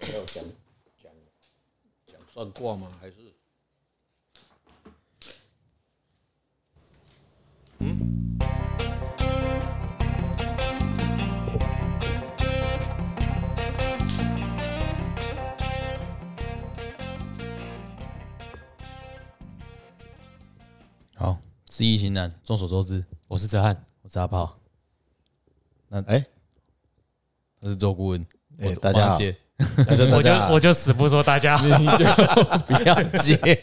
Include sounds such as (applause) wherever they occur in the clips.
没有讲讲讲算卦吗？还是嗯好，知易行难，众所周知，我是哲翰，我是阿炮。那哎他是周顾问，哎我大家我好接，那就大我就家我就死不说大家好， (laughs) 你就不要 (laughs) 接。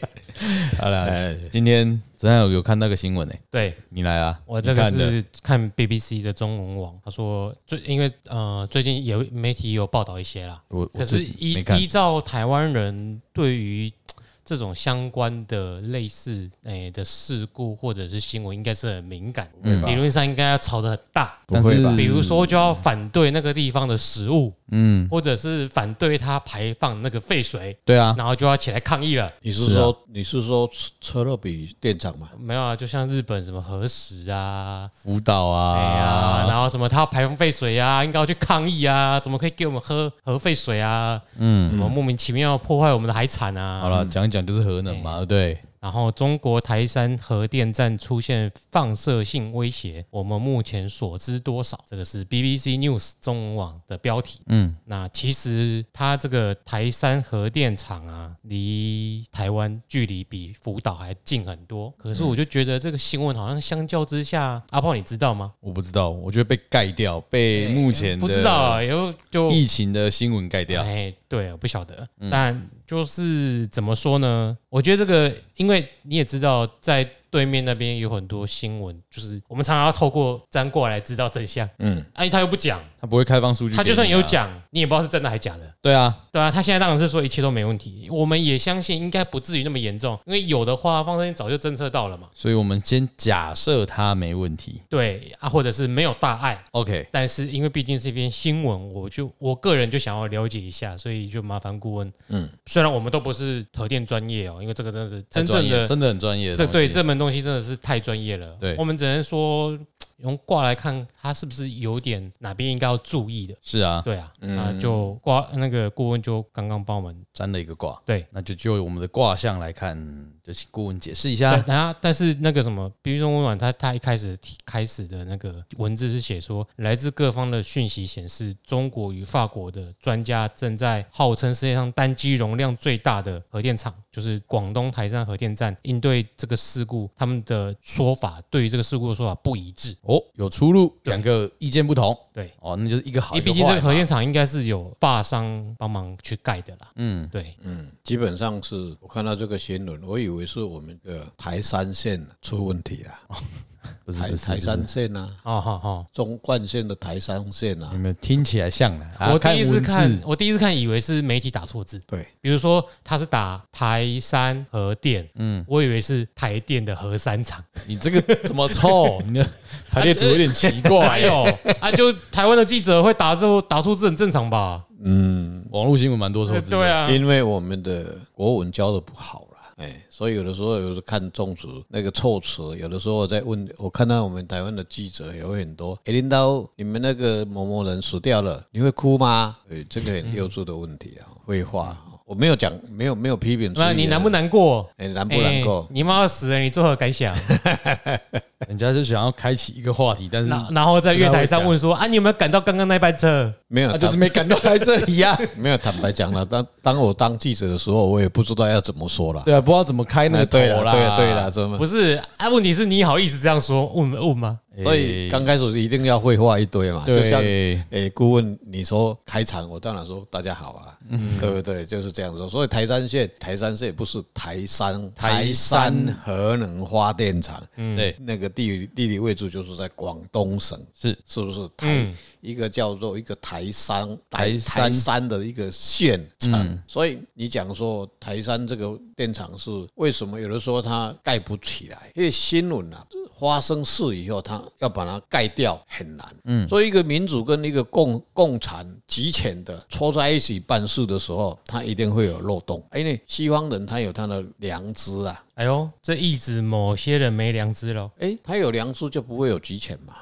好了哎，今天哲翰有有看那个新闻诶、对你来啊，我你这个看的是看 BBC 的中文网，他说最因为呃最近有媒体有报道一些啦，我，我可是自依没看依照台湾人对于这种相关的类似诶、的事故或者是新闻，应该是很敏感，嗯理论上应该要吵得很大。但不会吧是比如说，就要反对那个地方的食物，嗯，或者是反对它排放那个废水，对啊，然后就要起来抗议了。你是是啊说你是说车车乐比电厂吗？没有啊，就像日本什么核食啊，辅导啊，哎呀，然后什么他要排放废水啊，应该要去抗议啊，怎么可以给我们喝核废水啊？嗯，什么莫名其妙破坏我们的海产啊？好了，讲一讲就是核能哎嘛，对，然后中国台山核电站出现放射性威胁，我们目前所知多少？这个是 BBC News 中文网的标题。嗯，那其实它这个台山核电厂啊，离台湾距离比福岛还近很多。可是我就觉得这个新闻好像相较之下，阿炮你知道吗？我不知道，我觉得被盖掉，被目前的哎不知道啊，有就疫情的新闻盖掉，嗯哎，对，我不晓得，但就是怎么说呢？我觉得这个，因为你也知道，在对面那边有很多新闻，就是我们常常要透过粘过来知道真相。嗯，哎，他又不讲，他不会开放数据给你啊，他就算有讲，你也不知道是真的还假的。对啊，对啊，他现在当然是说一切都没问题，我们也相信应该不至于那么严重，因为有的话放射线早就侦测到了嘛。所以我们先假设它没问题对啊，或者是没有大碍， ，OK，但是因为毕竟是一篇新闻，我就我个人就想要了解一下，所以就麻烦顾问。嗯，虽然我们都不是核电专业哦，因为这个真的是很专真正业的真的很专业的这东西，对这门东西真的是太专业了。对我们只能说用卦来看，它是不是有点哪边应该要注意的。是啊，对啊，那就卦那个顾问就刚刚帮我们占了一个卦，对。那就就我们的卦象来看，就请顾问解释一对啊下，，然后但是那个什么，比如说温婉，他他一开始提开始的那个文字是写说，来自各方的讯息显示，中国与法国的专家正在号称世界上单机容量最大的核电厂，就是广东台山核电站，应对这个事故，他们的说法对于这个事故的说法不一致。哦，有出入，对两个意见不同，对，哦，那就是一个好，因为一毕个竟这个坏嘛核电厂应该是有坝商帮忙去盖的啦。嗯，对，嗯，基本上是我看到这个新闻，我以为是我们的台山县出问题了，不是台不哦是台，不山是县啊，哦好好。中冠县的台山县你啊，们听起来像了，啊我第一次看文看字，我第一次看以为是媒体打错字，对，比如说他是打台山核电，嗯，我以为是台电的核三厂，你这个怎么凑？你的排列组有点奇怪哎欸，呦，啊，就台湾的记者会打错打错字很正常吧？网络新闻蛮多首字的，对啊，因为我们的国文教的不好啦。哎，所以有的时候有时候看中词那个措辞，有的时候我在问，我看到我们台湾的记者有很多，哎，领导，你们那个某某人死掉了，你会哭吗？哎，这个很幼稚的问题啊，绘画，我没有讲，没有没有批评，那你难不？难过？哎，难不难过嗯哎？你妈要死了，你作何感想？人家就想要开启一个话题，但是然然后在月台上问说啊，你有没有赶到刚刚那班车？没啊有，他就是没赶到来这里呀、没有，坦白讲了，当当我当记者的时候，我也不知道要怎么说了。 (laughs) 对啊，不知道怎么开那个哎头对了，啦，对了，对了，怎么？不是啊，问题是你好意思这样说？问问吗？所以刚开始一定要绘画一堆嘛，对就像诶，顾问你说开场，我当然说大家好啊，对不对？就是这样说。所以台山县，台山县不是台山，嗯台台山山核能发电厂，对那个地理地理位置就是在广东省，是嗯是不是台、一个叫做一个台山台山嗯台山的一个县城？所以你讲说台山这个电厂是为什么有的时候它盖不起来？因为新闻啊发生事以后，它要把它盖掉很难。嗯，所以一个民主跟一个共共产集权的凑在一起办事的时候，它一定会有漏洞，因为西方人他有他的良知啊。哎呦，这意指某些人没良知喽。哎，他有良知就不会有集权嘛。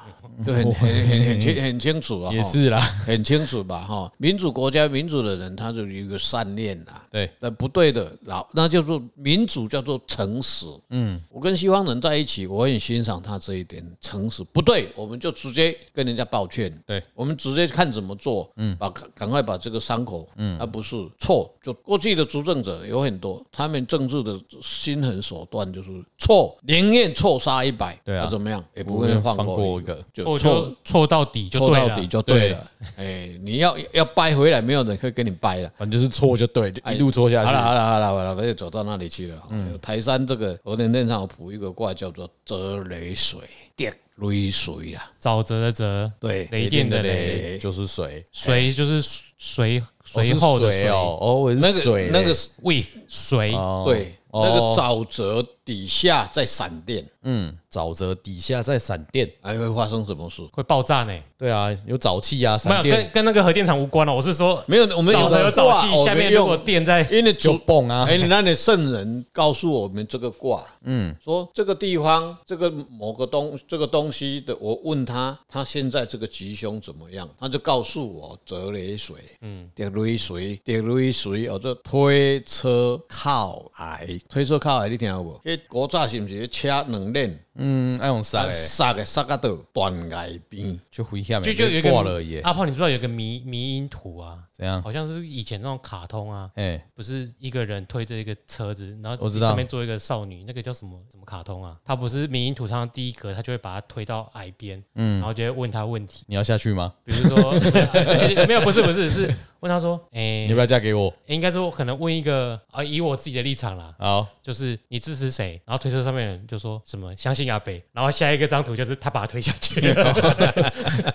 就很很很 (laughs) 很清很清楚啊，嗯也哈是啦，很清楚吧，哈，民主国家民主的人，他就有一个善念啊啦。对，那不对的，老那叫做民主，叫做诚实。嗯，我跟西方人在一起，我很欣赏他这一点，诚实。不对，我们就直接跟人家抱歉。对，我们直接看怎么做。嗯，把赶快把这个伤口，嗯，而不是错。就过去的执政者有很多，他们政治的心狠手段就是错，宁愿错杀一百，对啊那怎么样也不不会会放放过过一个，就错就错到底就错对啊到了底。就对了。哎，你要要掰回来，没有人会跟你掰了。反正就是错就对，就哎一路错下好了去。好了好了好了，我就走到那里去了。嗯，台山这个河南镇上有谱一个卦叫做“泽雷水”，滴雷水啦。沼泽的泽，对雷电的雷，雷就是水，随就是随随后的哎哦是水随哦，哦，我是那个水那个是，with 随哦对哦那个沼泽底下在闪电，嗯，沼泽底下在闪电，还会发生什么事？会爆炸呢。对啊，有沼气啊，没闪有电跟跟那个核电厂无关哦了，我是说没有，我们沼泽有卦沼哦气，下我面们如用果电在因为就主蹦啊，哎，你那里圣人告诉我们这个卦，嗯，说这个地方这个某个东这个东西的，我问他，他现在这个吉凶怎么样，他就告诉我泽雷水，嗯，得雷水，得雷水，哦，这推车靠矮，推车靠矮，你听有无？迄古早是毋是那车两链，嗯，那种闪欸塞个塞个到断崖边，就回下面啊就就有一个啊挂了耶，阿炮，你知不知道有一个迷迷因图啊？怎样？好像是以前那种卡通啊，哎，不是一个人推着一个车子，然后我知道上面坐一个少女，那个叫什么什么卡通啊？它不是民营土上第一格，它就会把它推到矮边，嗯，然后就会问他问题，你要下去吗？比如说 (laughs) 哎没有不是不是是问他说，哎、你要不要嫁给我？应该说可能问一个啊，以我自己的立场啦。 (laughs) 好，就是你支持谁，然后推车上面的人就说什么相信阿北，然后下一个张图就是他把他推下去，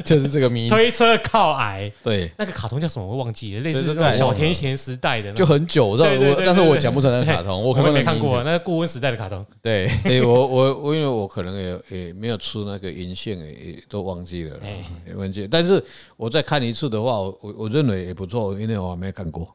就是这个谜，推车靠矮，对，那个卡通叫什么我忘记了，类推似车这靠种矮小甜咸时代的那就种，很久，我知道对对对我，对但是我对讲不出来那个卡通，我我看过那也没个看谜过的，啊那个顾问时代的卡通，对， (laughs) 哎，我我我因为我可能也也没有吃那个银杏，也也都忘记了啦哎，也忘记了。但是我再看一次的话，我我我认为也不错，因为我还没看过，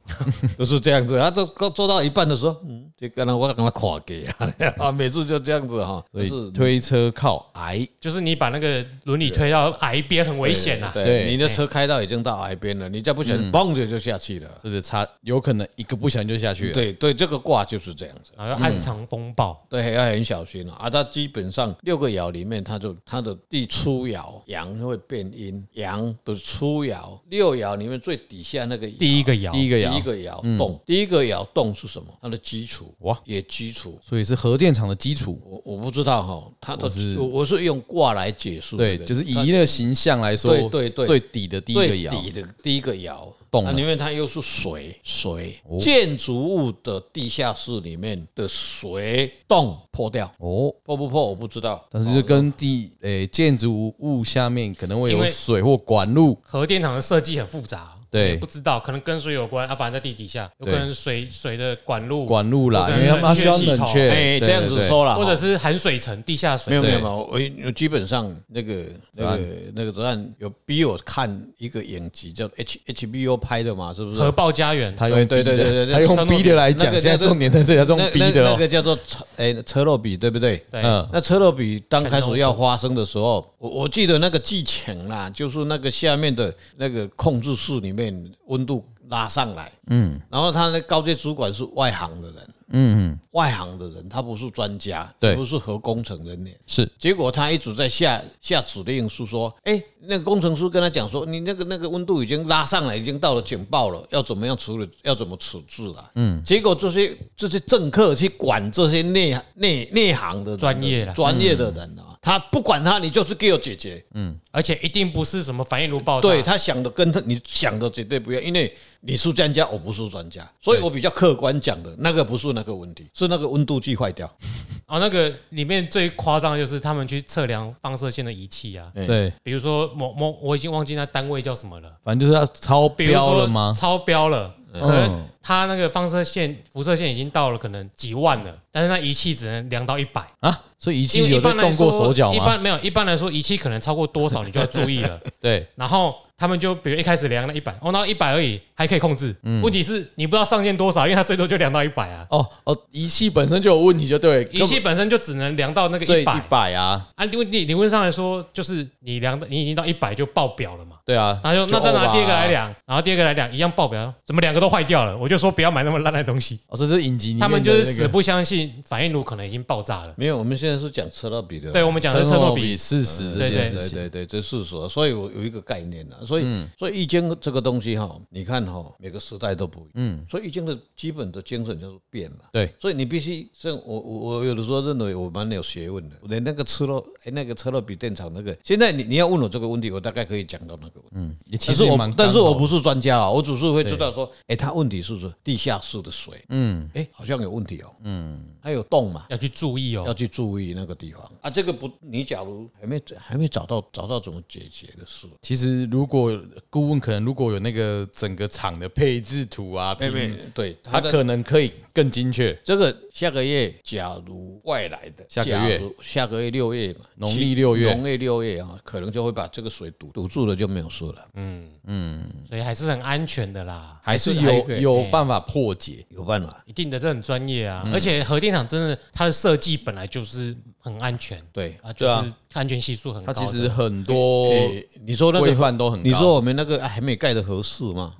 就是这样子。他做做到一半的时候，嗯，就刚刚我刚刚垮给啊， (laughs) 啊，每次就这样子哈，所就是以推车靠矮，就是你把那个轮椅推到矮边很危险啊。对，对你的车开到已经到海边了，你再不小心嘣就就下去了。就是差，有可能一个不小心就下去了。对对，这个卦就是这样子。然后要暗藏风暴，对，要很小心啊！啊，它基本上六个爻里面，它就它的第初爻阳会变阴，阳的初爻六爻里面最底下那个第一个个爻，第一个第一爻，个爻动，第一个爻动是什么？它的基础哇也基础。所以是核电厂的基础。我我不知道哈，它的我是我我是用卦来解释这对，个，就是以那个形象来说，对对对最底的第一个啊最爻底，的第一个爻动那了因为它又是水，水哦建筑物的地下室里面的水洞破掉，哦，破不破我不知道，但是这跟地诶、建筑物下面可能会因有为水或管路，核电厂的设计很复杂，对也不知道，可能跟水有关啊，反正在地底下，有可对能水水的管路，管路啦，有因可能为它需要冷却系冷统却，哎，对这样子，说了，或者是含水层、地下水没有没有对没有，我我基本上那个那个那个泽岸有逼我看一个影集叫 H HBO 拍的嘛，是不是？核爆家园，他用对对逼的对对对他那用个逼的来讲，那个现在重点在这里，他是那用逼那的那哦，个叫做车哎车洛比对不对？对，嗯，那车洛比刚开始要发生的时候，我我记得那个剧情啦，就是那个下面的那个控制室里面温度拉上来，嗯，然后他的高阶主管是外行的人，嗯嗯，外行的人他不是专家，对不是核工程人员，是结果他一直在下下指令，是说，哎、那个工程师跟他讲说，你那个那个温度已经拉上来，已经到了警报了，要怎么样处理，要怎么处置啊？嗯，结果这些这些政客去管这些内内内行的人专业啦专业的人啊，他不管他，你就是给我解决。而且一定不是什么反应炉爆炸，对他想的跟他你想的绝对不一样，因为你是专家，我不是专家，所以我比较客观讲的那个不是那个问题，是那个温度计坏掉。哦，那个里面最夸张的就是他们去测量放射线的仪器啊，哎对，比如说某某，我已经忘记那单位叫什么了，反正就是它超比如标说了吗？超标了，嗯可能它那个放射线、辐射线已经到了可能几万了，但是那仪器只能量到一百。啊，所以仪因器为一有在般来动说，过手脚一吗？般没有，一般来说仪 (laughs) 器可能超过多少你就要注意了。对，然后他们就比如一开始量了一百，哦，那一百而已，还可以控制。嗯问题是你不知道上限多少，因为它最多就量到一百啊，哦哦，仪器本身就有问题，就对，仪器本身就只能量到那个最一一百。百啊，按理理理论上来说，就是你量到你已经到一百就爆表了嘛。对啊，然后就那再拿 over 第二个啊来，量，然后第二个来量一样爆表，怎么两个都坏掉了？我就说不要买那么烂的东西。哦，这是影集里面他们就的是那个死不相信反应炉可能已经爆炸了。没有，我们现在是讲车到比的，对，我们讲的是车车诺诺比比，事实这对件对事对情，嗯对对，这是说，所以我有一个概念了，所以、所以易经这个东西哈，你看哈，每个时代都不一样，嗯，所以易经的基本的精神就是变嘛，对，所以你必须像我我我有的时候认为我蛮有学问的，连那个车路哎那个车路比电厂那个，现在你你要问我这个问题，我大概可以讲到那个问题，嗯，也其但实是也我蛮但是刚好我不是专家啊，我只是会知道说，哎，他问题是不是地下室的水，嗯，哎好像有问题哦，嗯，还有洞嘛，要去注意要哦。去注意那个地方啊。这个不，你假如还没还没找到找到怎么解决的事，其实如果顾问可能如果有那个整个厂的配置图啊，平对他他的可能可以更精确。嗯这个下个月，假如外来的下个月假如下个月六月嘛，农历六月七农历六月啊，可能就会把这个水堵堵住了，就没有事了。嗯所以还是很安全的啦，还是还有可以有哎办法破解。有办法，一定的，这很专业啊。嗯而且核电厂真的，它的设计本来就是很安全，对啊，就对啊是安全系数很它高的。其实很哎多诶你说那个规范都很高。嗯你说我们那个啊还没盖的合适吗？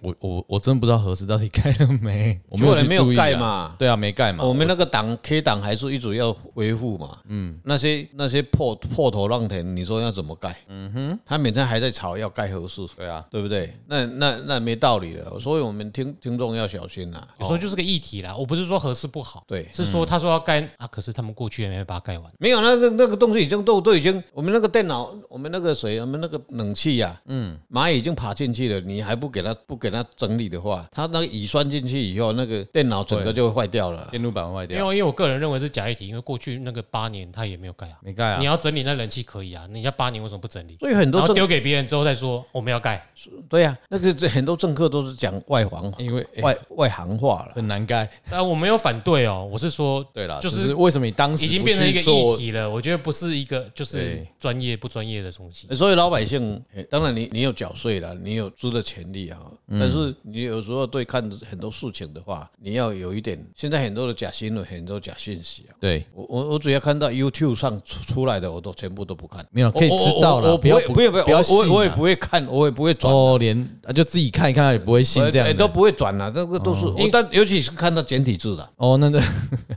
我我我真不知道何时到底盖了 (laughs) 没，我没有结去果没有注意啊盖嘛对啊，没盖嘛。我们那个档 K 档还是一直要维护嘛，嗯，那些那些破破头烂田，你说要怎么盖？嗯哼，他每天还在吵要盖合适，对啊，对不对？那那那没道理了，所以我们听听众要小心啊呐、有时候哦就是个议题啦。我不是说核适不好，对是嗯说他说要盖啊，可是他们过去也没把它盖完。没有那个那个东西已经都都已经，我们那个电脑，我们那个谁，我们那个冷气呀、嗯，蚂蚁已经爬进去了，你还不给它不给它整理的话，它那个乙酸进去以后，那个电脑整个就会坏掉了。电路板坏因掉，为因为我个人认为是假议题，因为过去那个八年他也没有盖啊。没盖啊你。要整理那冷气可以啊，你要八年为什么不整理？所以很多然政后丢给别人之后再说我们要盖，对呀、那个这很多政客都是讲外行因为、哎外外行话了。很难盖。但啊我没有反对哦，我是说，对啦，就就是是为什么你当时已经变成一个不去做议题了。我觉得不是一个就是对专业不专业的东西。所以老百姓，诶当然你你有缴税了，你有知的权利啊，嗯但是你有时候对看很多事情的话，你要有一点，现在很多的假新闻，很多假信息啊。对，我我我只要看到 YouTube 上出出来的，我都全部都不看。没有可以知道我了，我要我不会不不会，要我我我也不会会看，我也不会转，哦，连啊就自己看一看也不会信这样哎的。都不会转了，这个都是我，但尤其是看到简体字的，哦，那那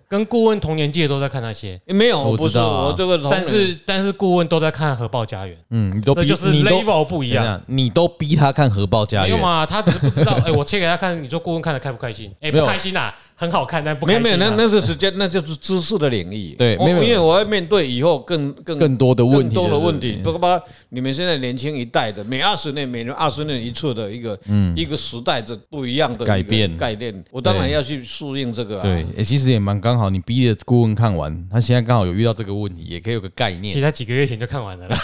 跟顾问同年纪的都在看那些，诶没有，我不知是道啊我这个同但仁，是但是顾问都在看核爆家园，嗯，你都这逼就是你都 level 不一样怎样你都逼他看核爆家没有园，嘛？啊他只是不知道。 (laughs) 哎，我切给他看，你说顾问看的开不开心？没哎，不有开心啊，很好看，但不没开有心啊。没有，那那是时间，那就是知识的领域。对我没有没有因为我要面对以后更更更多的问题更多就的是问题，嗯包括你们现在年轻一代的，每二十年、每二十年一次的一个一个时代的不一样的一个嗯改变概念，我当然对要去适应这个啊。对，欸其实也蛮刚好，你逼着顾问看完，他现在刚好有遇到这个问题，也可以有个概其实念。他几个月前就看完了啦。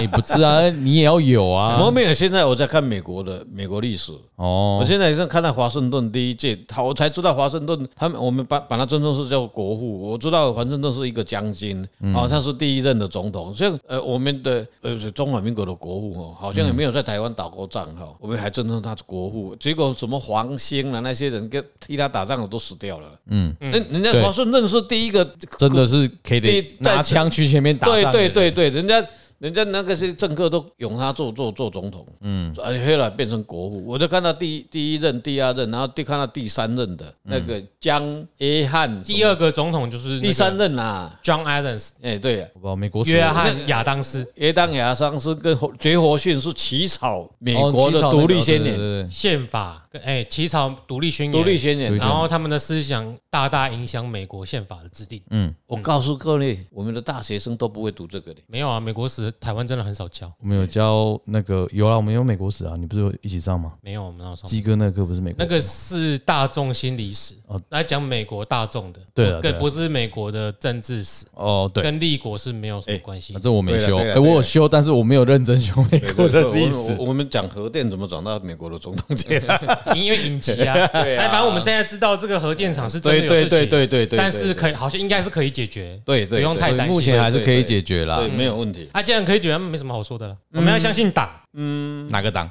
你不是啊，你也要有啊 (laughs) 我。没有，现在我在看美国的美国历史，我哦，现在在看到华盛顿第一届，他我才知道华盛顿他们我们把把他尊称是叫国父，我知道华盛顿是一个将军，嗯哦，他是第一任的总统。像呃我们的呃中华民国的国父哦，好像也没有在台湾打过仗哈、哦，我们还尊称他是国父，结果什么黄兴啊那些人跟替他打仗的都死掉了。嗯，那人家对华盛顿是第一个真的是可以第得一拿枪去前面打仗对的对对对，人家人家那个是政客都拥他做做做总统，嗯，而且后来变成国父。我就看到第一第一任、第二任，然后第看到第三任的那个江约翰，第二个总统就是那个第三任啦， John Adams，哎，对呀。我不知道美国是约翰亚当斯。约当亚当斯跟侯杰佛逊是起草美哦国的起草那个独立宣对言，对对宪法跟哎起草独立宣言，独立宣言对。然后他们的思想大大影响美国宪法的制定。我告诉各位，我们的大学生都不会读这个的。没有啊，美国史台湾真的很少教，我们有教那个有啦，我们有美国史啊，你不是有一起上吗？没有我们那时候鸡哥那个课不是美国那个是大众心理史哦，来讲美国大众的，对啊对啊更不是美国的政治史，哦，对，跟立国是没有什么关系反。正我没修，对了对了哎，我有修，但是我没有认真修美国的历我们史。我们讲核电怎么转到美国的总统去了？因为影集啊，哎，反正我们大家知道这个核电厂是真的有对事情，对对对对对但是可以好像应该是可以解决，对对不用太所担以心。目前还是可以解决啦嗯对，。没有问题。嗯啊，既然可以解决，没什么好说的了，我们要相信党。哪个党？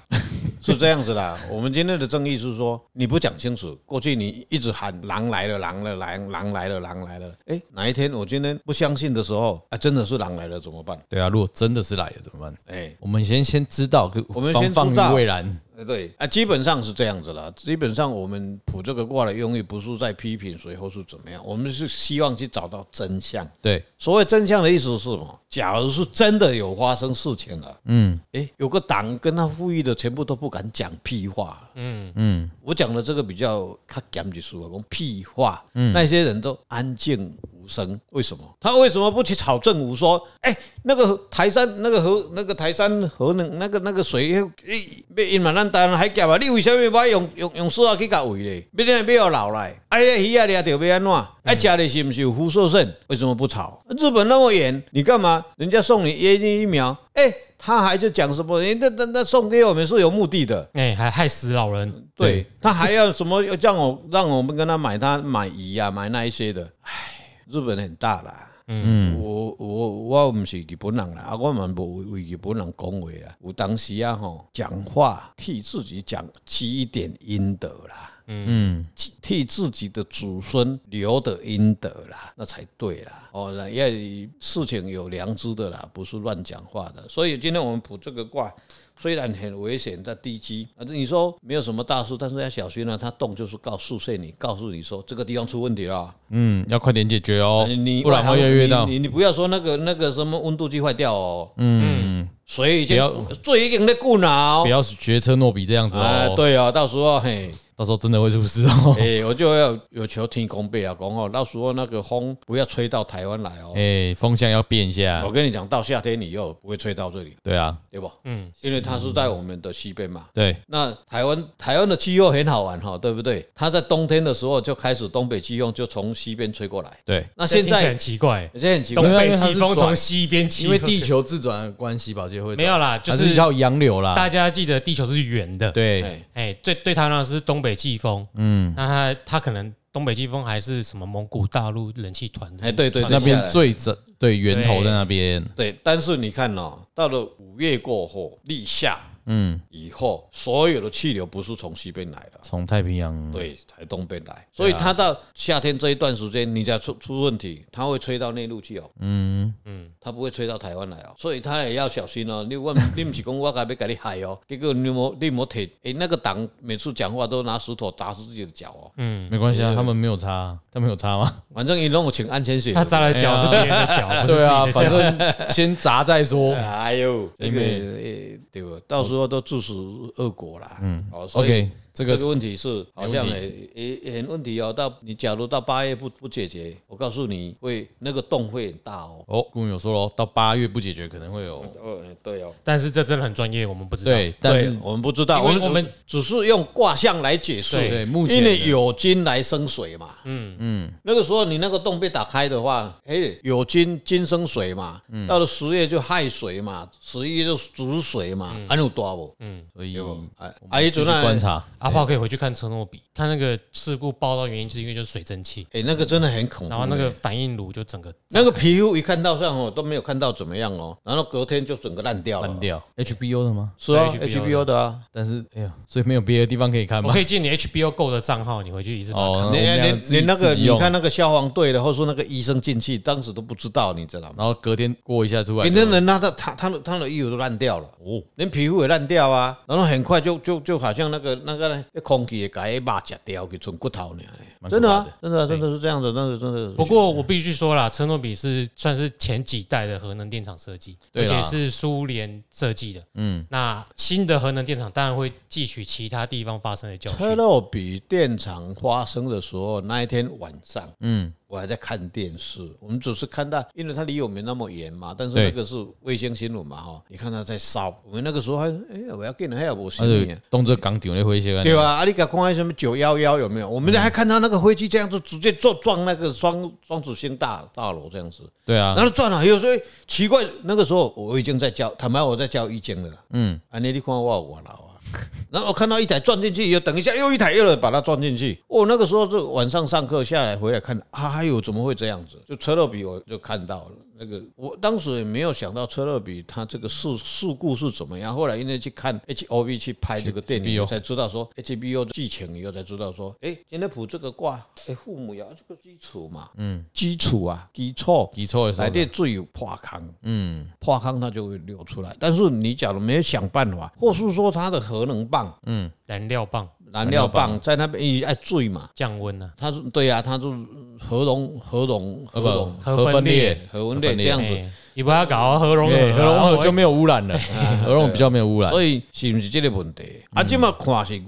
是这样子啦。 (laughs) 我们今天的争议是说，你不讲清楚，过去你一直喊狼来了，狼了，狼狼来了，狼来了。哎，哪一天我今天不相信的时候，啊，真的是狼来了怎么办？对啊，如果真的是来了怎么办？哎，我们先先知道，我们防先范知道于未然。呃对啊，基本上是这样子啦。基本上我们卜这个卦的用意不是在批评谁或是怎么样，我们是希望去找到真相。对，所谓真相的意思是什么？假如是真的有发生事情了，嗯，诶，有个党跟他呼吁的全部都不敢讲屁话，嗯嗯，我讲的这个比较较严一些啊，讲屁话，那些人都安静无声，为什么？他为什么不去吵政府说，诶，那个台山那个核那个台山核能那个那个水，诶，要因嘛咱台湾海峡啊，你为什么要用用用塑料去甲围咧？要要要老来，哎呀鱼啊抓着要安怎？哎，家里是不是有辐射症？为什么不吵？日本那么远，你干嘛？人家送你耶剂疫苗，哎，他还是讲什么？人家那那送给我们是有目的的，哎、还害死老人，对他还要什么要让我让我们跟他买他买鱼啊，买那一些的。唉，日本很大啦。嗯，我我我唔是日本人啦，啊，我嘛无为日本人讲话啦。有当时啊吼，讲话替自己讲积一点阴德啦。嗯，替自己的祖孙留的阴德啦，那才对啦。哦，那要事情有良知的啦，不是乱讲话的。所以今天我们卜这个卦，虽然很危险，在地基，但是你说没有什么大事，但是要小心了、它动就是告诉睡你，告诉你说这个地方出问题了。嗯，要快点解决哦，啊你不然会越来越到你你你不要说那个那个什么温度计坏掉哦。嗯，水已经不要水已经在顾脑不。要学车诺比这样子啊哦，，，对啊，到时候嘿。到时候真的会出事哦。 (laughs) 哎、我就要有求天公伯啊，讲哦，到时候那个风不要吹到台湾来哦。 (laughs) 欸哎，风向要变一下啊我，跟你讲，到夏天以后不会吹到这里，对啊，对不？嗯，因为它是在我们的西边嘛。对，那台湾台湾的气候很好玩哈、对不对？它在冬天的时候就开始东北季风就从西边吹过来。对，那现这听起来很在奇怪、现在很奇东怪，因为北它是季风转从西边起，因为地球自转的关系，保洁会没有啦，就还是是要洋流啦，大家记得地球是圆的，对，哎，哎，对对，他那是东北季风，嗯，那他他可能东北季风还是什么蒙古大陆冷气团哎，对对对，那下边来最整对源头在那边，对，但是你看哦，到了五月过后，立夏，嗯，以后所有的气流不是从西边来的，从太平洋嗯对，啊才东边来，所以它到夏天这一段时间，你再出出问题，它会吹到内陆去哦。嗯嗯，它不会吹到台湾来哦，所以它也要小心哦。你问，你不是讲我该要给你害 (laughs) 哦，结果你莫你莫铁，诶，那个党每次讲话都拿石头砸死自己的脚哦。没关系啊，他们没有差啊，他们有差 (laughs) 吗？反正一弄我请安全险。他扎了脚是别人的脚，不是自哎己对啊，的反脚。正先砸再说。 (laughs) 哎呦，这个因为诶对吧？到时候都自食恶果啦。嗯，好，所以 OK，这这个个问题是好像没问也也也很问题哦。到你假如到八月不不解决，我告诉你会那个洞会很大哦。哦，顾问有说喽，到八月不解决可能会有呃，对哦，但是这真的很专业，我们不知道。对，但对是，我们不知道，因我为们我我们们只是用卦象来解释，对对目前因为的有金来生水嘛，嗯嗯，那个时候你那个洞被打开的话，哎，有金金生水嘛，到了十月就亥水嘛，十一就煮水嘛，安有多不？所以哎，啊，阿姨姨主继续观任，察，阿炮可以回去看车诺比，他那个事故报道原因就是因为就是水蒸气，哎，那个真的很恐怖。哎然后那个反应炉就整个那个皮肤一看到上哦，都没有看到怎么样哦，然嗯后隔天就整个烂掉了。烂掉 HBO 的吗？是啊对，HBO 的啊，但是哎呀，所以没有别的地方可以看 (laughs) 我吗可？以借你 HBO Go 的账号，你回去一次把它看哦，你哎那我们俩你自己你那个自己你用看那个消防队的，或者说那个医生进去，当时都不知道，你知道吗？然后隔天过一下出来有，的人他的他他的他的衣服都烂掉了，哦，连皮肤也烂掉啊，然后很快就就就好像那个那个呢，空气也改把吃掉，给存骨头呢，真的啊，真的啊真的是这样子，真的真的是。不过我必须说啦，车诺比是算是前几代的核能电厂设计，而对啦且是苏联设计的。嗯，那新的核能电厂当然会汲取其他地方发生的教车训。诺比电厂发生的时候，那一天晚上，嗯，我还在看电视，我们只是看到，因为它离我们那么远嘛，但是对那个是卫星新闻嘛，哈，你看它在烧，我们那个时候还，哎、我要跟人还有我他心里就。动作港顶那灰些，啊对吧？啊，你给看什么九幺幺有没有？我们还看到那个飞机这样子直接撞撞那个双双子星大大楼这样子，对啊然，后撞了，有时候奇怪，那个时候我已经在教，坦白我在教易经了，嗯，啊，你你看我有我老啊， (laughs) 然后我看到一台撞进去，又等一下又一台又把它撞进去，哦，那个时候是晚上上课下来回来看，哎呦，怎么会这样子？就车路比我就看到了，那个，我当时也没有想到车乐比他这个事事故是怎么样。后来因为去看 H O V 去拍这个电影， HBO 才知道说 H B O 剧情以后才知道说，哎，今天卜这个卦，哎，父母爻这个基础嘛，嗯，基础啊，基础。基础的时候来，的最有破康，嗯，破康它就会流出来。但是你假如没有想办法，或是说它的核能棒、燃料棒嗯燃料棒在那边一爱坠嘛，降温啊，它是对呀、啊，它是核融核融呃核不融核分裂核分裂这样子。哎你不要搞核融合对，啊，合龙河就没有污 (laughs) 染了，(laughs) 啊合龙比较没有污染。所以是不是这个问题？啊，这么看是月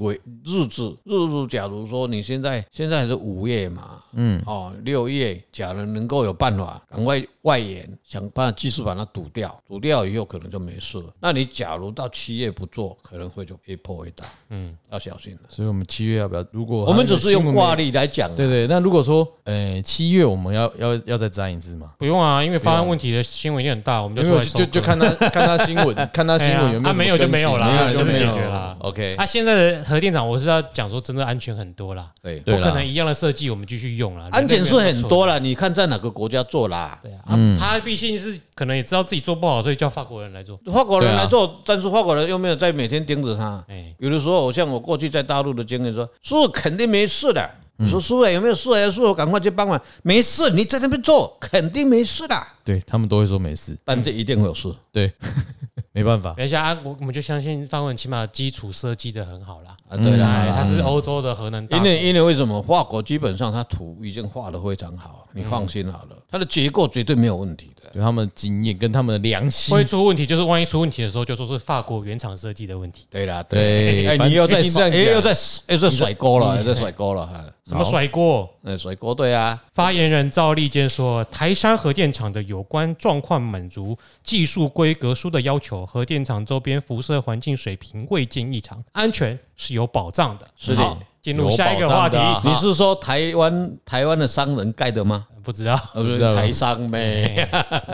日子，日子假如说你现在现在是五月嘛，嗯，哦，六月，假如能够有办法赶快外延，想办法及时把它堵掉，堵掉以后可能就没事了。那你假如到七月不做，可能会就被破一大，嗯，要小心了。所以我们七月要不要？如果我们只是用挂历，历来讲，啊对对。那如果说，呃，七月我们要要要再沾一次吗？不用啊，因为发生问题的新闻一定很大，我们因就为出我就就来收就割看他 (laughs) 看他新闻， (laughs) 看他新闻有没有哎呀啊没有就没有啦了，就是没有解决啦 OK，啊，现在的核电厂，我是要讲说，真的安全很多啦。对对我可啦能一样的设计，我们继续用啦。安检是人类没有很错多嗯啦，你看在哪个国家做啦？对啊，啊他毕竟是可能也知道自己做不好，所以叫法国人来做。法国人对啊来做，但是法国人又没有在每天盯着他。哎，有的时候，我像我过去在大陆的经验说，叔肯定没事的。嗯你说叔啊，有没有事啊？叔，我赶快去帮忙。没事，你在那边做，肯定没事的。对他们都会说没事，但这一定会有事。对， (laughs) 没办法，等一下啊，我我们就相信法国人起码基础设计的很好啦。啊对嗯啦哎他是欧洲的核能大因国，为因为为什么法国基本上它土已经画得非常好，你放心好了，它的结构绝对没有问题的。就他们的经验跟他们的良心会，出问题，就是万一出问题的时候，就说是法国原厂设计的问题。对啦，对哎，反你又在一定这样哎讲又在又在甩锅了，又在甩锅了，哎哈什么甩锅？哎甩锅对啊，发言人赵立坚说，台山核电厂的有关状况满足技术规格书的要求，核电厂周边辐射环境水平未见异常，安全是有保障的。是的好进入下一个话题有保障的，啊你 (laughs) 是说台湾台湾的商人盖的吗？不知道。呃，不是知道哎台商呗。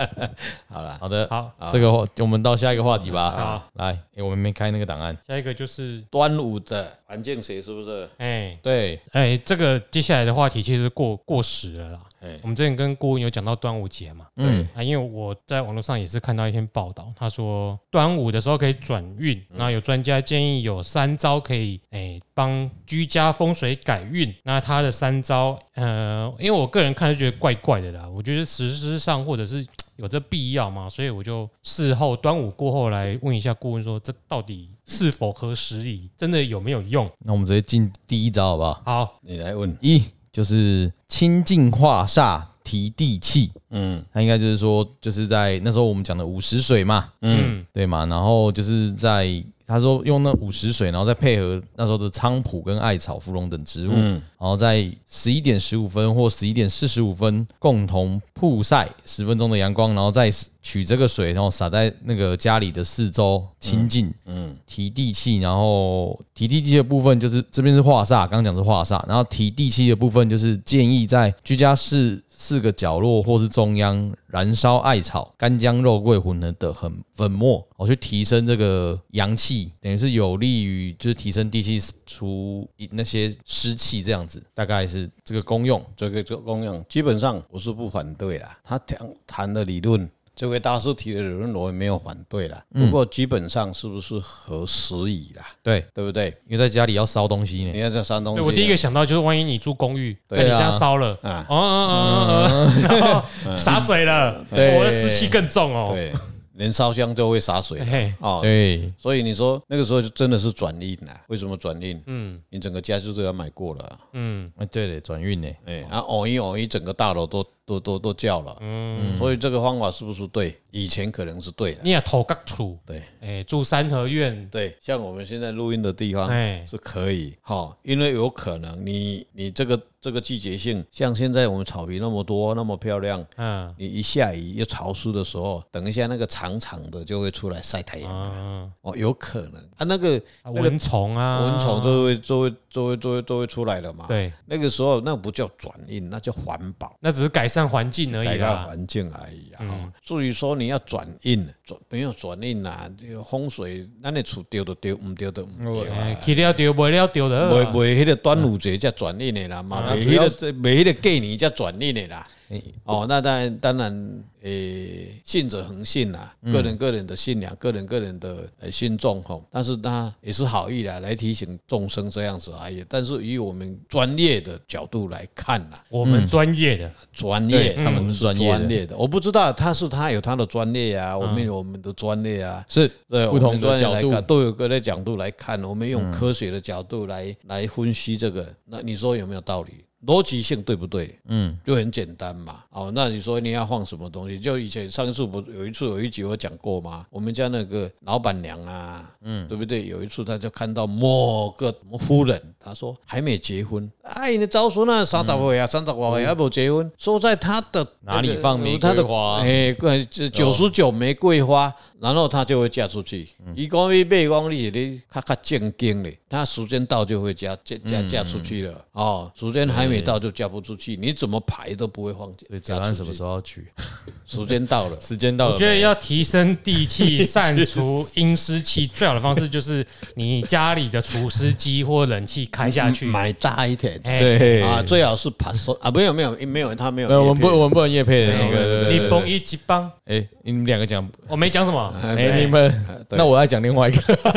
(laughs) 好啦，好的，好，这个话我们到下一个话题吧。好，来，诶我们没开那个档案，下一个就是，端午的环境谁是不是？哎对，哎，这个接下来的话题其实过过时了啦。哎我们之前跟郭文有讲到端午节嘛，嗯，啊，因为我在网络上也是看到一篇报道，他说端午的时候可以转运，那有专家建议有三招可以诶帮、居家风水改运。那他的三招，呃，因为我个人看就觉得怪怪的啦，我觉得实施上或者是有这必要嘛，所以我就事后端午过后来问一下顾问说，这到底是否合时宜，真的有没有用？那我们直接进第一招好不好？好，你来问，一就是清净化煞提地气，嗯，它应该就是说就是在那时候我们讲的午时水嘛，嗯，对嘛，然后就是在他说用那午时水，然后再配合那时候的菖蒲跟艾草、芙蓉等植物，然后在十一点十五分或十一点四十五分共同曝晒十分钟的阳光，然后再取这个水，然后洒在那个家里的四周清净，嗯，提地气，然后提地气的部分就是这边是化煞，刚刚讲是化煞，然后提地气的部分就是建议在居家室四个角落或是中央燃烧艾草、干姜、肉桂混合的很粉末，我去提升这个阳气，等于是有利于就是提升地气除那些湿气这样子，大概是这个功用。这个这个功用基本上我是不反对啦。他谈谈的理论，这位大师提的理论我也没有反对啦。嗯不过基本上是不是合时宜啦？对，对不对？因为在家里要烧东西呢嗯你。看这山东西对啊，我第一个想到就是，万一你住公寓，对被你啊家烧了，啊哦哦哦哦，哦，然后洒水了，对我的湿气更重哦。对，连烧香就会洒水 (laughs) 啦嘿哦。对，所以你说那个时候就真的是转运啦？为什么转运？嗯，你整个家就是要买过了啊，嗯啊对嘞，转运呢。哎，啊，偶一偶一，整个大楼都都都都叫了，嗯，所以这个方法是不是对？以前可能是对的，你也头壳处，对。哎，住三合院，对，像我们现在录音的地方哎是可以，好，因为有可能你你这个这个季节性，像现在我们草皮那么多，那么漂亮，嗯你一下雨又潮湿的时候，等一下那个长长的就会出来晒太阳，嗯，哦，有可能啊，那个啊蚊虫啊，蚊虫就会就会就会就会就会出来了嘛，，对，那个时候那不叫转运，那叫环保。那只是改善环境而改已造啦。嗯环境而已啊。至于说你要转运，转没有转运啦，这个风水，咱的厝丢就丢，唔丢就唔丢啊哎，。去了丢，不了丢的，袂袂迄个端午节才转运的啦，嘛嗯啊袂主要迄个袂迄个过年才转运的啦。哦，那当然，当然，诶、信者恒信啦、嗯个人个人的信仰，个人个人的呃信众吼、但是他也是好意啦，来提醒众生这样子而已。但是以我们专业的角度来看啦，我们专业的，专业，嗯他们是专业的嗯专业的，我不知道他是他有他的专业啊，我们有我们的专业啊，是对，不同的我们专业角来度嗯看都有各的角度来看，我们用科学的角度来来分析这个，那你说有没有道理？逻辑性对不对？嗯，就很简单嘛。哦，那你说你要放什么东西？就以前上一次不有一次有一集我讲过嘛，我们家那个老板娘啊，嗯，对不对？有一次她就看到某个夫人，她说还没结婚，哎，你早说那三十岁啊，三十多岁还没结婚，说在她的哪里放玫她瑰的花哎，个九十九玫瑰花，然后他就会嫁出去。伊讲伊卖讲你是咧较较正经的，他时间到就会嫁嫁嫁嫁出去了。哦，时间还没到就嫁不出去，你怎么排都不会放。所以嫁早安出什么去时候要去？？时间到了时间到我了觉得没，要提升地气、散除阴湿气，最好的方式就是你家里的除湿机或冷气开下去。嗯买大一点哎，对啊，最好是爬手啊，没有没有没有，他没有没有呃我们不叶片我们不能夜配的那个，哦你对对崩对一级棒，哎，你们两个讲，我没讲什么，哎，你们，对那我要讲另外一个， (laughs)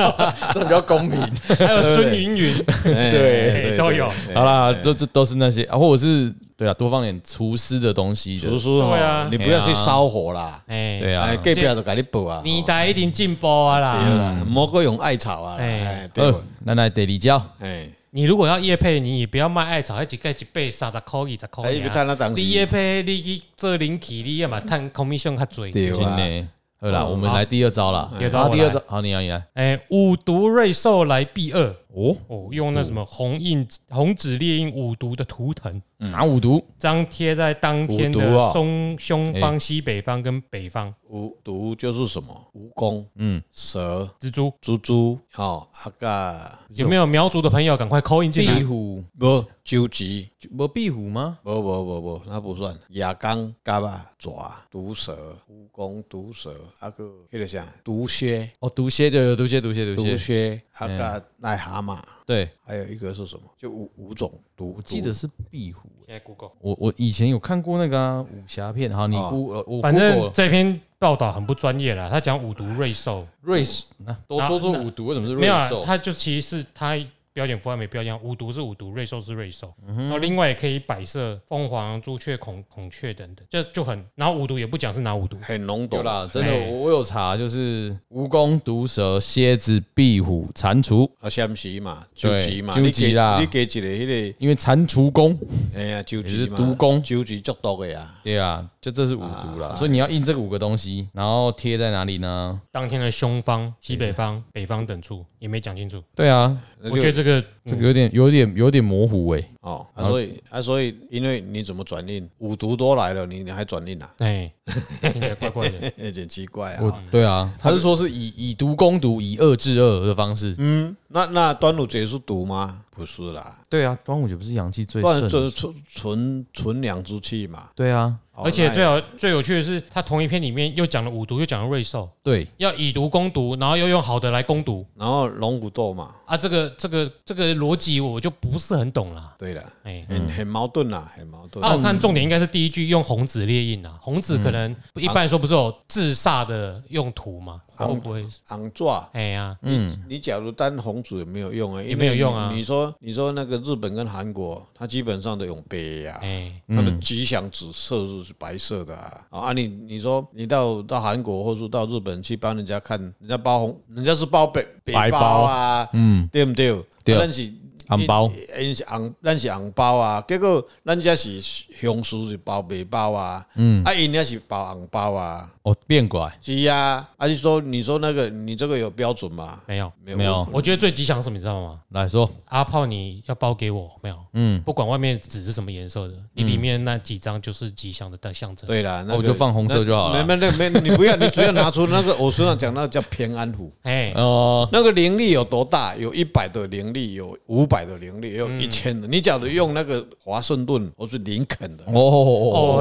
这比较公平。还有孙云云，哎对哎都有 (laughs) 好啦，这这都是那些，啊或者是对啊，多放点厨师的东西的叔，叔对啊哦，你不要去烧火啦，哎，对啊哎，，隔壁就给你补啊，你打一定进步啊啦。啦，莫过用艾草啊，哎哎，对不呃，，那那得礼教，哎。你如果要夜配，你也不要卖艾草，还一盖一杯三十块、二十块哎尔。你看咱当时你夜配，你去做零起，你要嘛赚 commission 较多。对真啊，的。哦好啦，我们来第二招啦，第二招好我第二来招，好，你来，你来。哎，五毒瑞兽来必二哦，哦，用那什么红印、红纸猎印五毒的图腾，拿五毒，张贴在当天五毒的啊哎松胸方、西北方跟北方。无毒就是什么蜈蚣、嗯，蛇、蜘蛛蜘蛛，哦，啊个有没有苗族的朋友赶快扣印进来？虎，不鸠集，不壁虎吗？不不不不，那不算。亚钢、嘎巴、爪、毒蛇、蜈蚣、毒蛇，啊个迄个啥？毒蝎、哦，毒蝎对，有毒蝎，毒蝎，毒哎毒蝎，蝎，啊个癞蛤蟆，对，还有一个是什么？就五五种毒。我记毒得是壁虎。现在 Google，我我以前有看过那个啊武侠片，好，你哦估呃我反 Google 正了这篇报道很不专业啦。他讲五毒瑞兽，瑞士，那都说说五毒，为什么是没瑞有啊兽？，他就其实是他标点符号没标一样，五毒是五毒，瑞兽是瑞兽。嗯然后另外也可以摆设凤凰、朱雀、孔孔雀等等，就就很。然后五毒也不讲是哪五毒，很浓有懂，啦，真哎的，我我有查，就是蜈蚣、毒蛇、蝎子、壁虎、蟾蜍，啊，香皮嘛，鸠对集嘛，鸠你集给啦你给一个迄因为蟾蜍功，个，哎呀，鸠也集是嘛，毒蚣鸠集足毒的呀，对啊，就这是五毒啦，所以你要印这五个东西，然后贴在哪里呢？当天的胸方、西北方、北方等处也没讲清楚。对啊，那我就觉得这个这个有点有点有点模糊哎，哦，啊、所以啊，所以因为你怎么转运，五毒都来了，你你还转运啊？ (laughs) (laughs) 哎，听起来怪怪的。有点奇怪我啊。对啊，他是说是以以毒攻毒，以恶制恶的方式。嗯，那那端午节是毒吗？不是啦，对啊，端午节不是阳气最不然盛这的？纯纯纯良之气嘛。对啊，哦而且那最好最有趣的是，他同一篇里面又讲了五毒，又讲了瑞兽，对，要以毒攻毒，然后又用好的来攻毒然后龙骨斗嘛，啊。这个这个这个逻辑我就不是很懂啦。对了，哎，很很矛盾啦，很矛盾。啊，我看重点应该是第一句用红纸列印啊，红纸可能一般来说不是有制煞的用途嗯吗？会不会？昂抓，哎呀，嗯，你假如单红纸也没有用啊，因为也没有用啊你说你说那个日本跟韩国，它基本上都用啊杯呀、哎，它嗯的吉祥紫色是白色的啊！啊，你你说你到到韩国或是到日本去帮人家看，人家包红，人家是包北北白包包啊，嗯，对不对？对啊咱是红包，因是红，咱是红包啊。结果咱家是红薯是包白包啊，嗯，啊，因家是包红包啊，哦，变拐是啊。啊，你说你说那个你这个有标准吗？没有。没没有我觉得最吉祥是什么，你知道吗？来说，阿炮，你要包给我没有？嗯，不管外面纸是什么颜色的，你里面那几张就是吉祥的代象征。嗯对啦，那哦个就放红色就好了那没没没，你不要，你只要拿出那个我身上讲那个叫平安符。哎，哦，那个灵力有多大？有一百的灵力，有五百百的灵力，也有一千的。你假如用那个华盛顿或是林肯的，哦哦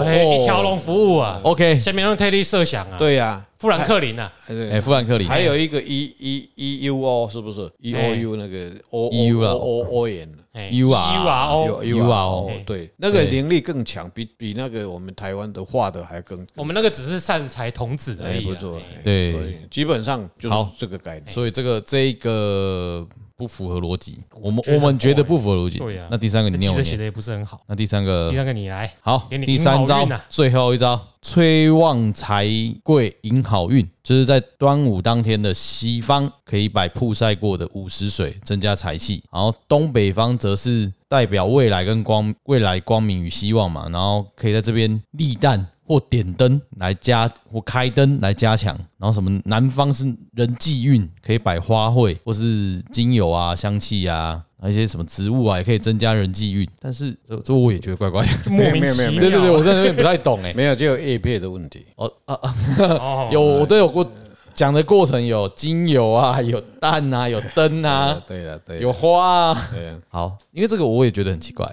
哦，嘿，一条龙服务啊， ，OK，下面用特地设想啊，，哦对呀，富兰克林啊，哎，富兰克林，还有一个 E E E U O 是不是？E O E U 那个 O EU 啦 O O 元哎 U R U R O，有 U R 哦 O 嘿对，那个灵力更强，比比那个我们台湾的画的还更我们那个只是善财童子而哎已啊不啦，错嘿，对所以基本上就是好这个哎概念。所以这个这一个不符合逻辑，我们觉得我们很觉得怪不符合逻辑。对啊那第三个你念其我实写念。呃的也不是很好。那第三个第三个你来，好，给你第迎三好招运啊，最后一招，催旺财贵，迎好运，就是在端午当天的西方可以摆曝晒过的午时水，增加财气，然后东北方则是代表未来跟光未来光明与希望嘛，然后可以在这边立蛋。或点灯来加，或开灯来加强，然后什么南方是人际运，可以摆花卉或是精油啊、香气啊，还有一些什么植物啊，也可以增加人际运。但是这这我也觉得怪怪的，就莫名没有没有其没有妙，对对啊对，我真的有啊点不太懂 (laughs) 哎。没有，就有叶片的问题。哦啊啊，哦，有我都有过讲的过程，有精油啊，有蛋 (laughs) 啊，有灯啊，对了，对有了，花啊。嗯对了。好，因为这个我也觉得很奇怪。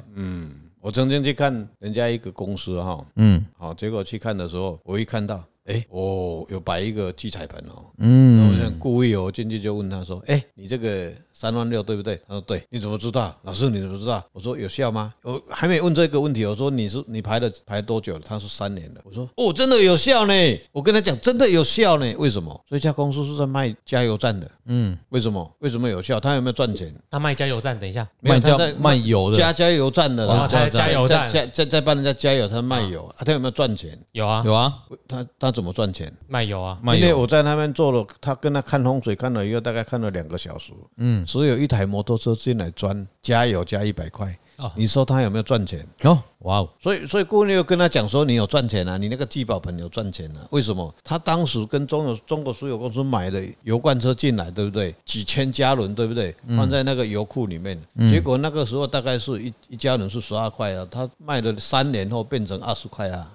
我曾经去看人家一个公司哈，嗯好，结果去看的时候，我一看到，哎，我有摆一个七彩盆哦，嗯，我就很故意哦，进去就问他说：“哎、你这个三万六对不对？”他说：“对。”你怎么知道？老师你怎么知道？我说：“有效吗？”我还没问这个问题，我说：“你是你排了排多久了？”他说：“三年了。”我说：“哦，真的有效呢！”我跟他讲，真的有效呢。为什么？这家公司是在卖加油站的。嗯，为什么？为什么有效？他有没有赚钱？他卖加油站，等一下，没有卖他叫在卖油的加加油站的啦哦，加加油站在在在帮人家加油，他卖油啊，他有没有赚钱？有啊，有啊，他他怎么赚钱？卖油啊，卖因为油我在那边做了，他跟他看风水看了一个大概看了两个小时，嗯，只有一台摩托车进来钻，加油加一百块，你说他有没有赚钱？哦，哇哦，所以所以姑娘又跟他讲说你有赚钱啊，你那个聚宝盆有赚钱啊？为什么？他当时跟中油中国石油公司买的油罐车进来，对不对？几千加仑，对不对？放在那个油库里面，结果那个时候大概是一一加仑是十二块啊，他卖了三年后变成二十块啊，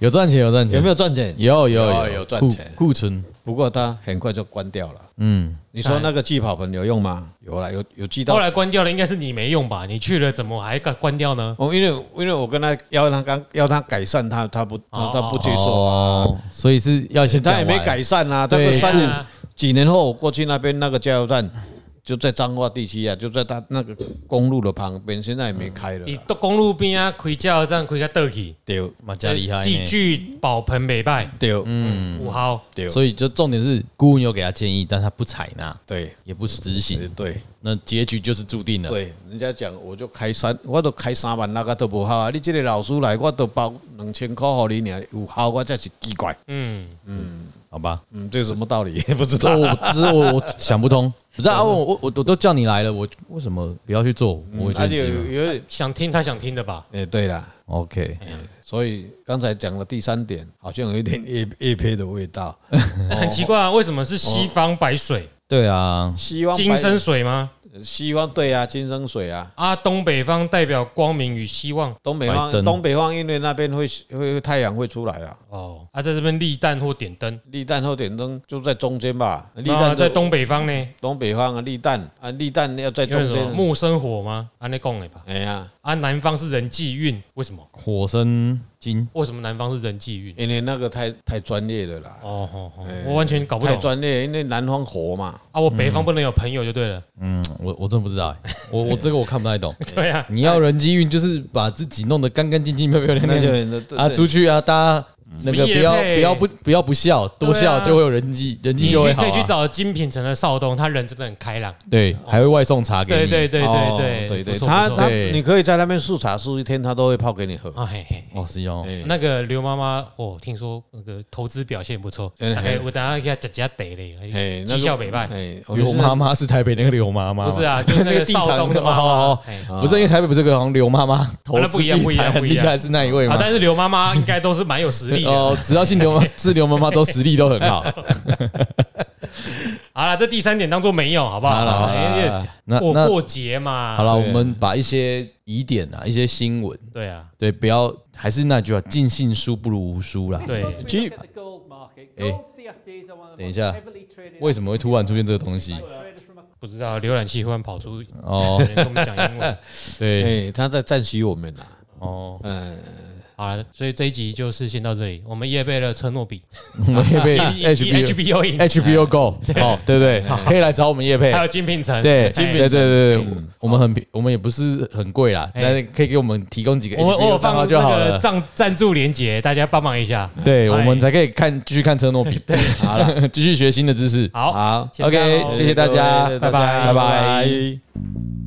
有赚钱啊有赚钱，有没有赚钱？有有有有有赚库钱库存，不过他很快就关掉了。嗯，你说那个寄跑盆有用吗？有啦，有有寄到后。来关掉了，应该是你没用吧？你去了怎么还敢关掉呢？哦，因为因为我跟他要他刚要他改善，他他不他他不接受啊，哦，所以是要先他也讲完没，改善啊。这个对三对年啊几年哦后，我过去那边那个加油站就在彰化地区啊，就在他那个公路的旁边，现在也没开了你啦。到公路边啊，开加油站开个倒去，对蛮加厉害寄呢。居宝盆美拜对嗯五号，对所以就重点是顾问有给他建议，但他不采纳，对也不执对行，对那结局就是注定了。对，人家讲我就开三，我都开三万那个都不好啊。你这个老师来，我都包两千块给你尔，有效我才是奇怪。嗯，好吧，嗯，这什么道理？ (laughs) 不知这道。哦我只是我我想不通，不是啊？我我我我都叫你来了，我为什么不要去做？嗯我觉而得且啊奇怪啊有点，想听他想听 (laughs) 的吧，哎，对了。 OK，嗯所以刚才讲的第三点，好像有一点叶叶片的味道。很奇怪啊，为什么是西方白水，对啊，西方金生水吗？哦西方对啊，金生水啊。啊，东北方代表光明与希望东北白方，灯东北方因为那边会会会太阳会出来啊，哦，啊，在这边立蛋或点灯，立蛋后点灯就在中间吧。立那蛋在在东北方呢，东北方啊，立蛋啊，立蛋要在因为中什么间。木生火吗？啊，那讲的吧，哎呀，啊，南方是人际运，为什么？火生金，为什么南方是人际运？因为那个太太专业了啦，哦哦哦哎，我完全搞不太懂专业，因为南方火嘛。啊！我北方不能有朋友就对了，嗯，我我真不知道欸，我我这个我看不太 (laughs) 懂。对啊呀，你要人机运，就是把自己弄得干干净净、漂漂亮那就亮啊，出去啊，大家那个什么不业要配不要不不要不笑，多对啊笑就会有人机，人你机就会去好可以去啊。找精品城的少东，他人真的很开朗。对，还会外送茶给对你。对对哦对对对对，不错，他不错他对你可以在那边视察四一天，他都会泡给你喝。啊嘿嘿。哦，是哦，哎那个刘妈妈，哦，听说那个投资表现不错，嗯大概我等下给她讲讲得嘞，哎，绩效北败。哎，我们刘现在妈妈是台北那个刘妈妈不吗，是啊，就是那那个个地产少东的妈哎哦妈哦。嘿不是因为台北不是有个好像刘妈 (laughs) 妈投啊那资不一样不地一样产很不一厉样害是 (laughs) 那一位吗啊，？但是刘妈妈应该都是啊蛮有实力的。哦，只要姓刘 (laughs) 妈，是刘妈妈都实力都很好。好了，这第三点当做没有，好不好？好了好了哎好了那过那过节嘛，好了，我对们把一些疑点啊，一些新闻，对啊，对，不要，还是那句话，尽信书不如无书啦。对， Look Cheap. at the gold market. 哎，等一下，为为什什么么会会突突然然出出现现这这个东个东西西？不知道浏览器忽然跑出哦 (laughs) 有人跟我们讲英文。对哎，他在赞许我们啊啦。哦，好了，所以这一集就是先到这里。我们夜贝的车 (laughs) 诺比我们 (laughs) 也被 H HBO B O 影， (laughs) HBO Go 好，哦对不对？可以来找我们叶配还。有精品城，哎对，精对品对对对，对嗯我们很平，我们也不是很贵啦，但是可以给我们提供几个哎我们我 HBO 有账号放就好那个了。赞赞助连接，大家帮忙一下。对，哎我们才可以看继续看车诺比，好 (laughs) 了，继续学新的知识。好好先这样，OK，咯谢谢大家，谢谢各位拜拜拜。拜。